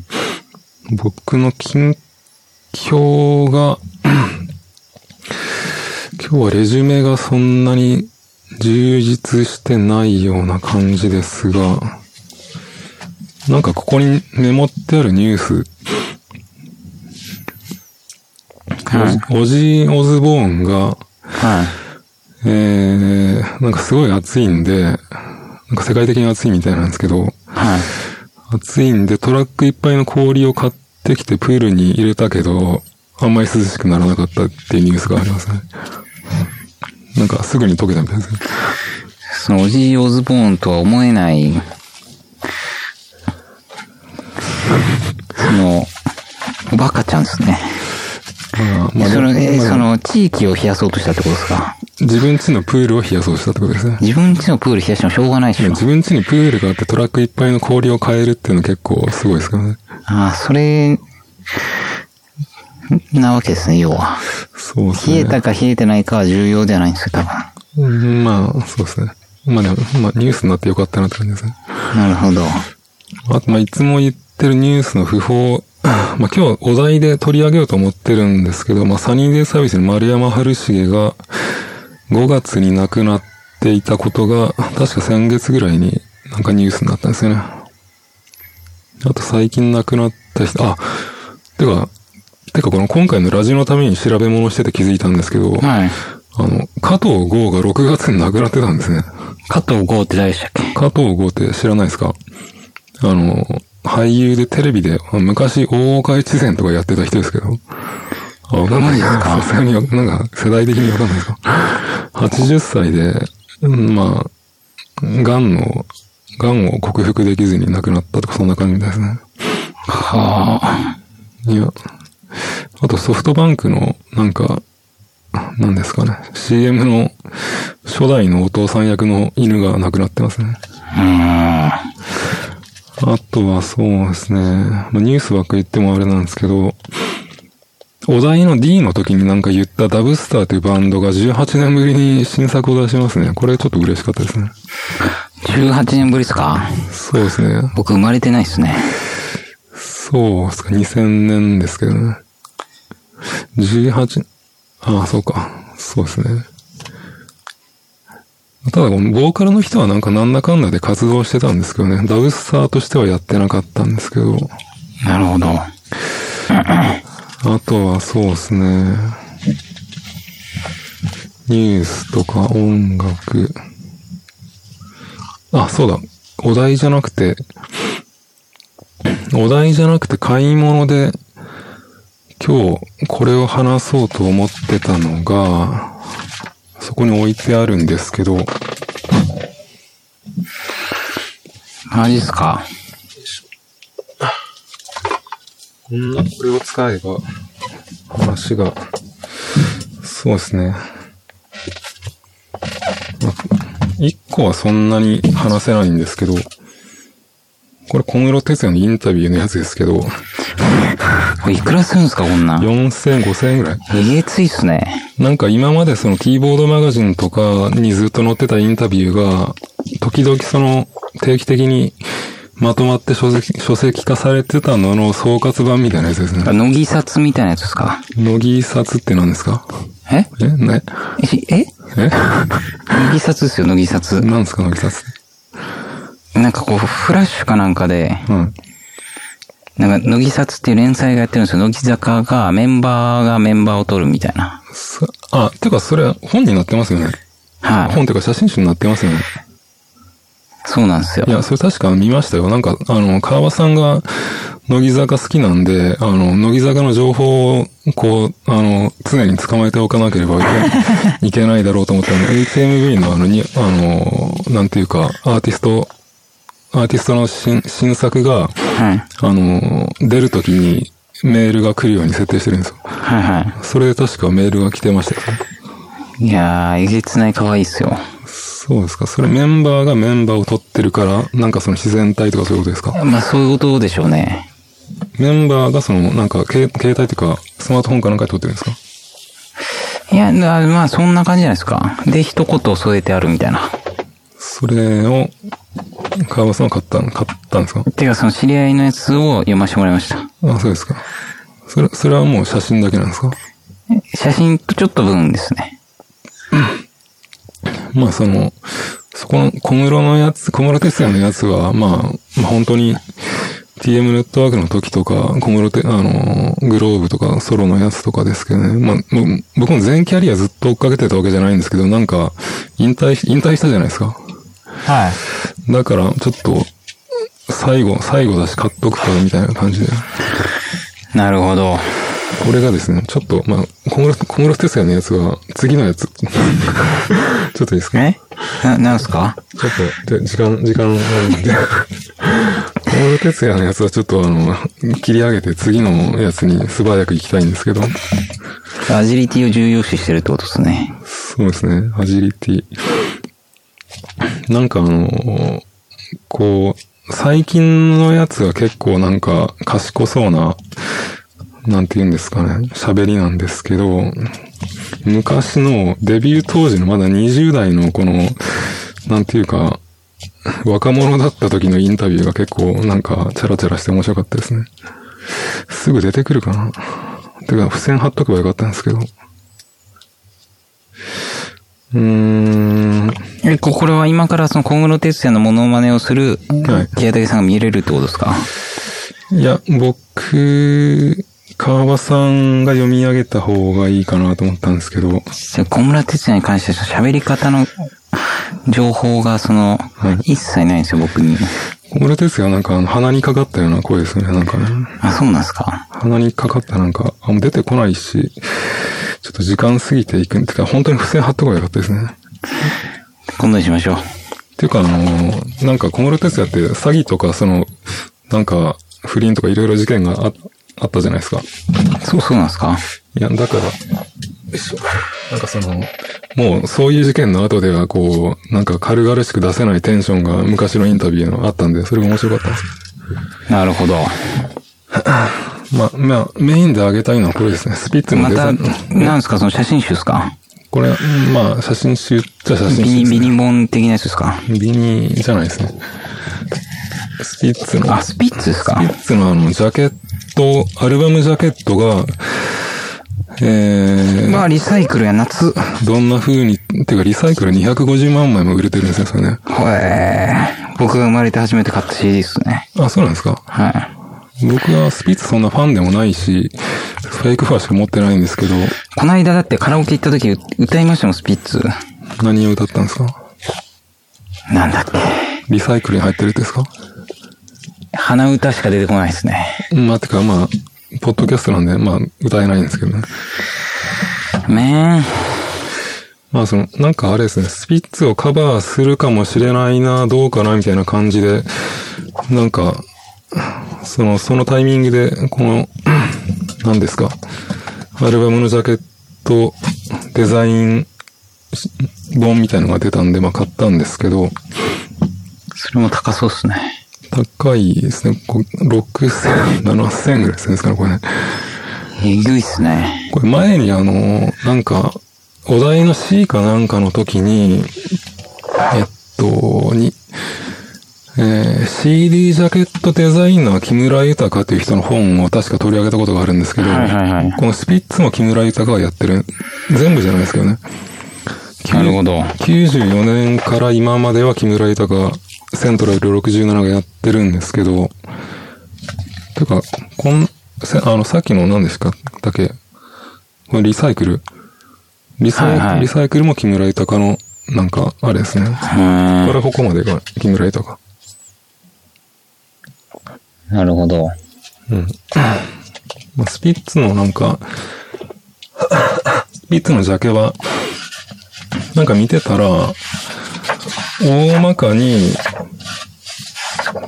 Speaker 2: 僕の近況が、 [COUGHS] 今日はレジュメがそんなに充実してないような感じですが、なんかここにメモってあるニュース、オジー・オズボーンが、
Speaker 1: はい。
Speaker 2: えー、なんかすごい暑いんで、なんか世界的に暑いみたいなんですけど、
Speaker 1: はい。
Speaker 2: 暑いんでトラックいっぱいの氷を買ってきてプールに入れたけど、あんまり涼しくならなかったっていうニュースがありますね。なんかすぐに溶けたみたいですね。
Speaker 1: その、オジー・オズボーンとは思えない、その、おバカちゃんですね。
Speaker 2: まあ、まあ、
Speaker 1: その、え
Speaker 2: まあ
Speaker 1: その、地域を冷やそうとしたってことですか
Speaker 2: 自分家のプールを冷やそうとしたってことですね。
Speaker 1: 自分家のプール冷やしてもしょうがないでしょ。
Speaker 2: 自分家にプールがあってトラックいっぱいの氷を変えるっていうの結構すごいですからね。
Speaker 1: ああ、それ、なわけですね、要は。
Speaker 2: そうですね。
Speaker 1: 冷えたか冷えてないかは重要じゃないんですよ、多分。
Speaker 2: うんまあ、そうですね。まあでも、まあニュースになってよかったなって感じですね。
Speaker 1: なるほど。
Speaker 2: あと、まあいつも言ってるニュースの不法、 [CLEARS THROAT] まあ今日お題で取り上げようと思ってるんですけど、まあサニーデイサービスの丸山春重が5月に亡くなっていたことが、確か先月ぐらいになんかニュースになったんですよね。あと最近亡くなった人、あ、てか、てかこの今回のラジオのために調べ物をしてて気づいたんですけど、
Speaker 1: はい。
Speaker 2: あの、加藤剛が6月に亡くなってたんですね。
Speaker 1: 加藤剛って誰でしたっけ
Speaker 2: 加藤剛って知らないですかあの、俳優でテレビで、昔大岡越前とかやってた人ですけど。あ、わかんないですかさすがに、なんか世代的にわかんないですか ?80 歳で、うんまあ、癌の、癌を克服できずに亡くなったとか、そんな感じですね。
Speaker 1: はあ。
Speaker 2: いや、あとソフトバンクの、なんか、なんですかね、CM の初代のお父さん役の犬が亡くなってますね。
Speaker 1: う
Speaker 2: あとはそうですね、まあニュースばっか言ってもあれなんですけど、お題の D の時になんか言ったダブスターというバンドが18年ぶりに新作を出しますね。これちょっと嬉しかったですね。
Speaker 1: ーん。18年ぶりですか
Speaker 2: そうですね。
Speaker 1: 僕生まれてないですね。
Speaker 2: そうですか、2000年ですけどね。18、ああ、そうか。そうですね。ただ、このボーカルの人はなんかなんだかんだで活動してたんですけどね。ダブスターとしてはやってなかったんですけど。
Speaker 1: なるほど。
Speaker 2: あとはそうですね。ニュースとか音楽。あ、そうだ。お題じゃなくて、お題じゃなくて買い物で、今日これを話そうと思ってたのが、そこに置いてあるんですけど、
Speaker 1: マジっすか
Speaker 2: こんな、これを使えば、話が、そうですね。一個はそんなに話せないんですけど、これ小室哲也のインタビューのやつですけど、
Speaker 1: これいくらするんですか、こんなん。
Speaker 2: 4000、5000円ぐらい。
Speaker 1: えげついっすね。
Speaker 2: なんか今までそのキーボードマガジンとかにずっと載ってたインタビューが、時々その定期的にまとまって書籍書籍化されてたのの総括版みたいなやつですね。
Speaker 1: 乃木札みたいなやつですか
Speaker 2: 乃木札って何ですか
Speaker 1: え
Speaker 2: えね
Speaker 1: えしえ
Speaker 2: え
Speaker 1: 乃木札ですよ、乃木札。
Speaker 2: 何ですか、乃木札って。
Speaker 1: なんかこう、フラッシュかなんかで、
Speaker 2: うん。
Speaker 1: なんか、乃木札っていう連載がやってるんですよ。乃木坂が、メンバーがメンバーを撮るみたいな。
Speaker 2: そあ、てかそれ本になってますよね。
Speaker 1: はい。
Speaker 2: 本てか写真集になってますよね。
Speaker 1: そうなんですよ
Speaker 2: い。や、それ確か見ましたよ。なんか、あの、川場さんが、乃木坂好きなんで、あの、乃木坂の情報を、こう、あの、常に捕まえておかなければいけいけないだろうと思ったの、HMV のあの、に、あの、なんていうか、アーティスト、アーティストの新新作が、
Speaker 1: はい。
Speaker 2: あの、出るときにメールが来るように設定してるんですよ。
Speaker 1: はいは
Speaker 2: それで確かメールが来てましたよね。
Speaker 1: い。いやー、えげつない可愛いっすよ。
Speaker 2: そうですか。それメンバーがメンバーを取ってるから、なんかその自然体とかそういうことですか
Speaker 1: まあ、そういうことでしょうね。
Speaker 2: メンバーがその、なんか携、携帯というか、スマートフォンかなんかで撮ってるんですか
Speaker 1: いや、なまあ、そんな感じじゃないですか。で、一言添えてあるみたいな。
Speaker 2: それを、川場さんは買ったの、買ったんですか
Speaker 1: てか、その知り合いのやつを読ませてもらいました。
Speaker 2: あ、そうですか。それ、それはもう写真だけなんですか
Speaker 1: 写真とちょっと分ですね。
Speaker 2: まあその、そこの小室のやつ、小室哲也のやつは、まあ、まあ本当に、 TM ネットワークの時とか、小室て、あのー、グローブとかソロのやつとかですけどね。まあ、僕僕も全キャリアずっと追っかけてたわけじゃないんですけど、なんか、引退し、引退したじゃないですか。
Speaker 3: はい。
Speaker 2: だから、ちょっと、最後、最後だし買っとくか、みたいな感じで。
Speaker 1: なるほど。
Speaker 2: これがですね、ちょっと、まあ、小室、小室哲也のやつが、次のやつ。ち [LAUGHS] ょっといいですか
Speaker 1: えな、なんすか
Speaker 2: ちょっと、で時間、時間あるんで。 [LAUGHS] 小室哲也のやつはちょっとあの、切り上げて次のやつに素早く行きたいんですけど。
Speaker 1: アジリティを重要視してるってことですね。
Speaker 2: そうですね、アジリティ。なんかあの、こう、最近のやつが結構なんか賢そうな、なんて言うんですかね、喋りなんですけど、昔のデビュー当時のまだ20代のこの、なんていうか、若者だった時のインタビューが結構なんかチャラチャラして面白かったですね。すぐ出てくるかな。てか、付箋貼っとけばよかったんですけど。うーん。
Speaker 1: え、ここれは今からその小室哲也のモノマネをする、
Speaker 2: はい
Speaker 1: 宮崎さんが見れるってことですか
Speaker 2: いや、僕、川場さんが読み上げた方がいいかなと思ったんですけど、
Speaker 1: じゃあ小室哲也に関しては喋り方の情報がその、一切ないんですよ、僕に。
Speaker 2: 小室哲也はなんかあの鼻にかかったような声ですよね、なんかね。
Speaker 1: あ、そうなんですか
Speaker 2: 鼻にかかったなんか、あ、もう出てこないし、ちょっと時間過ぎていくんてか、本当に付箋貼っとけばよかったですね。
Speaker 1: 今度にしましょう。
Speaker 2: っていうか、あのー、なんか小室哲也って詐欺とか、その、なんか、不倫とかいろいろ事件がああったじゃないですか。
Speaker 1: そう、そうなんですか
Speaker 2: いや、だから、よいしょなんかその、もうそういう事件の後ではこう、なんか軽々しく出せないテンションが昔のインタビューのあったんで、それが面白かったんです
Speaker 1: なるほど。
Speaker 2: けど。まあ、まあ、メインで上げたいのはこれですね。スピッツの
Speaker 1: ま
Speaker 2: デザ
Speaker 1: た、
Speaker 2: イン。
Speaker 1: なんですかその写真集ですか
Speaker 2: これ、うんまあ、写真集っちゃ写
Speaker 1: ビ
Speaker 2: 真集
Speaker 1: ニ、
Speaker 2: です
Speaker 1: ビ
Speaker 2: ね。
Speaker 1: ニ本的なやつですか
Speaker 2: ビニじゃないですね。スピッツの。
Speaker 1: あ、スピッツですか
Speaker 2: ピッツのあの、ジャケット、アルバムジャケットが、えー、
Speaker 1: まあ、リサイクルや夏。
Speaker 2: どんな風に、てかリサイクル250万枚も売れてるんですよ、それね。
Speaker 1: ほえー。僕が生まれて初めて買った CD ですね。
Speaker 2: あ、そうなんですか。
Speaker 1: はい。
Speaker 2: 僕はスピッツそんなファンでもないし、フェイクファーしか持ってないんですけど、
Speaker 1: こないだだってカラオケ行った時歌いましたもん、スピッツ。
Speaker 2: 何を歌ったんですか
Speaker 1: なんだっけ。
Speaker 2: リサイクルに入ってるんですか
Speaker 1: 鼻歌しか出てこないですね。
Speaker 2: まあ、てかまあ、ポッドキャストなんで、まあ、歌えないんですけどね。
Speaker 1: めーん。
Speaker 2: まあその、なんかあれですね、スピッツをカバーするかもしれないな、どうかな、みたいな感じで、なんか、その、そのタイミングで、この、 [CLEARS THROAT] 何ですか、アルバムのジャケット、デザイン、本みたいのが出たんで、まあ買ったんですけど、
Speaker 1: それも高そうっすね。
Speaker 2: 高いですね、こう6000、7000ぐらいするんですかね、これね。
Speaker 1: えぐいっすね。
Speaker 2: これ前にあの、なんか、お題の C かなんかの時に、えっと、に、えー CD ジャケットデザイナー木村豊という人の本を確か取り上げたことがあるんですけど、
Speaker 1: はいはいはい
Speaker 2: このスピッツも木村豊がやってる、全部じゃないですけどね。
Speaker 1: なるほど。
Speaker 2: 94年から今までは木村豊が、セントラル67がやってるんですけど、てか、こん、せあの、さっきの何ですかだけ、これリサイクル。リサイ,、
Speaker 1: はいはい
Speaker 2: リサイクルも木村豊の、なんか、あれです
Speaker 1: う
Speaker 2: ね。
Speaker 1: ー
Speaker 2: こ
Speaker 1: ん。
Speaker 2: れここまでが木村豊か。
Speaker 1: なるほど。
Speaker 2: まあ、スピッツのなんか、スピッツのジャケは、なんか見てたら、大まかに、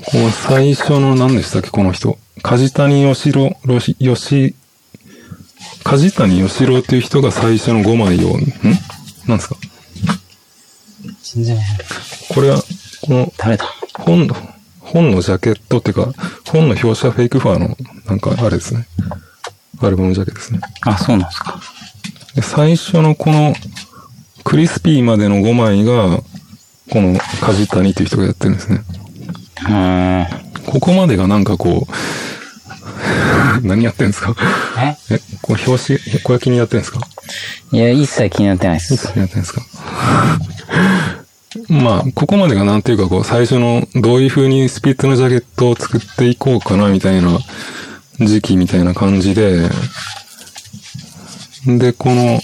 Speaker 2: この最初の何でしたっけ、この人。梶谷義郎、ろし、よし、梶谷義郎っていう人が最初の5枚を、んなんですか
Speaker 1: 全然
Speaker 2: これは、この
Speaker 1: 誰だ
Speaker 2: 本の、本のジャケットっていうか、本の表紙はフェイクファーの、なんかあれですね。アルバムジャケですね。
Speaker 1: あ、そうなんですか。
Speaker 2: で最初のこの、クリスピーまでの5枚が、この梶谷という人がやってるんですね。
Speaker 1: うーん。
Speaker 2: ここまでがなんかこう、 [LAUGHS] 何やってんですか
Speaker 1: え
Speaker 2: え、これ表紙、これ気にやってんですか
Speaker 1: いや、一切気になってないっす。
Speaker 2: 何やってんですか [LAUGHS] まあ、ここまでがなんていうか、こう、最初の、どういう風にスピッツのジャケットを作っていこうかな、みたいな、時期みたいな感じで、で、この、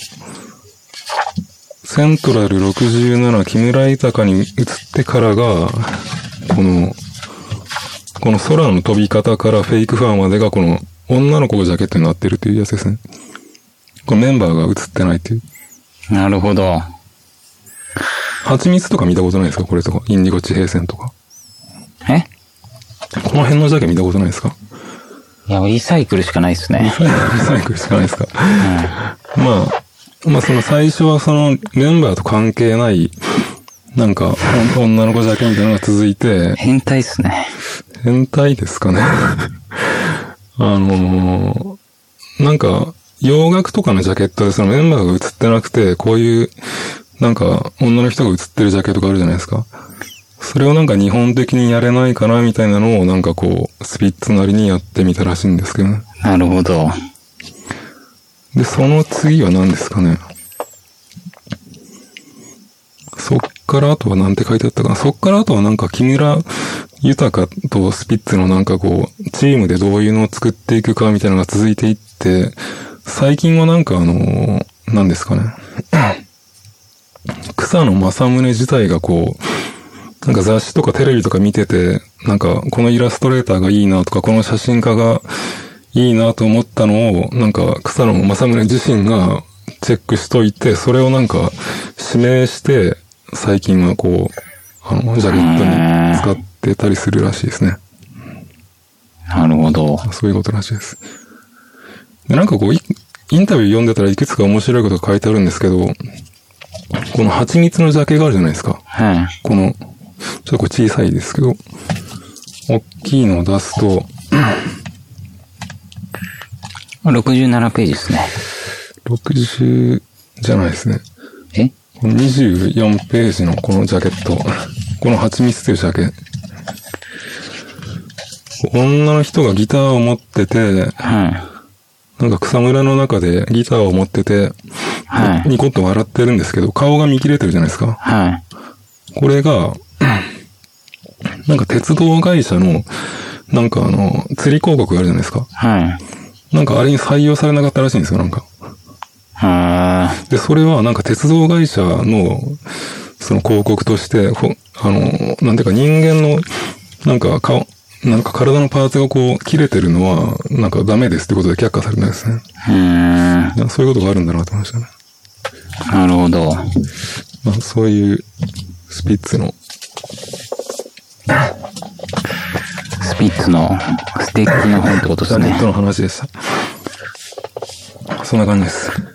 Speaker 2: セントラル67木村豊に移ってからが、この、この空の飛び方からフェイクファーまでがこの女の子がジャケットになってるっていうやつですね。このメンバーが映ってないっていう。
Speaker 1: なるほど。
Speaker 2: 蜂蜜とか見たことないですかこれとか。インディゴ地平線とか。
Speaker 1: え
Speaker 2: この辺のジャケ見たことないですか
Speaker 1: いや、リサイクルしかないですね。
Speaker 2: リサイクルしかないですかまあ、まあその最初はそのメンバーと関係ない、なんか、ほん女の子ジャケみたいなのが続いて、
Speaker 1: 変態っすね。
Speaker 2: 変態ですかね。 [LAUGHS] あのーなんか、洋楽とかのジャケットでそのメンバーが映ってなくて、こういう、なんか、女の人が映ってるジャケットがあるじゃないですか。それをなんか日本的にやれないかなみたいなのをなんかこう、スピッツなりにやってみたらしいんですけどね。
Speaker 1: なるほど。
Speaker 2: で、その次は何ですかね。そっからあとはなんて書いてあったかな。そっからあとはなんか木村豊とスピッツのなんかこう、チームでどういうのを作っていくかみたいなのが続いていって、最近はなんかあの、何ですかね。草野正宗自体がこう、なんか雑誌とかテレビとか見てて、なんかこのイラストレーターがいいなとか、この写真家がいいなと思ったのを、なんか草野正宗自身がチェックしといて、それをなんか指名して、最近はこう、あの、ジャケットに使ってたりするらしいですね。
Speaker 1: なるほど。
Speaker 2: そういうことらしいです。で、なんかこう、いインタビュー読んでたらいくつか面白いことが書いてあるんですけど、この蜂蜜のジャケがあるじゃないですか。
Speaker 1: はい。
Speaker 2: この、ちょっとこれ小さいですけど、大きいのを出すと、
Speaker 1: 67ページですね。
Speaker 2: 60じゃないですね。
Speaker 1: え
Speaker 2: この24ページのこのジャケット。この蜂蜜というジャケ女の人がギターを持ってて、
Speaker 1: は
Speaker 2: なんか草むらの中でギターを持ってて、
Speaker 1: い。はい。
Speaker 2: ニコッと笑ってるんですけど、顔が見切れてるじゃないですか。
Speaker 1: はい。
Speaker 2: これが、なんか鉄道会社の、なんかあの、釣り広告があるじゃないですか。
Speaker 1: はい。
Speaker 2: なんかあれに採用されなかったらしいんですよ、なんか。
Speaker 1: あ
Speaker 2: で、それはなんか鉄道会社の、その広告として、ほあの、なんていうか人間の、なんか顔、なんか体のパーツがこう、切れてるのは、なんかダメですってことで却下されないですね。
Speaker 1: ーうーん。
Speaker 2: いやそういうことがあるんだなと思いましたね。
Speaker 1: なるほど。
Speaker 2: まあ、そういう、スピッツの、
Speaker 1: スピッツの素敵な本ってことで
Speaker 2: ジ
Speaker 1: す
Speaker 2: ャケッ
Speaker 1: ね
Speaker 2: ト。の話でした。そんな感じです。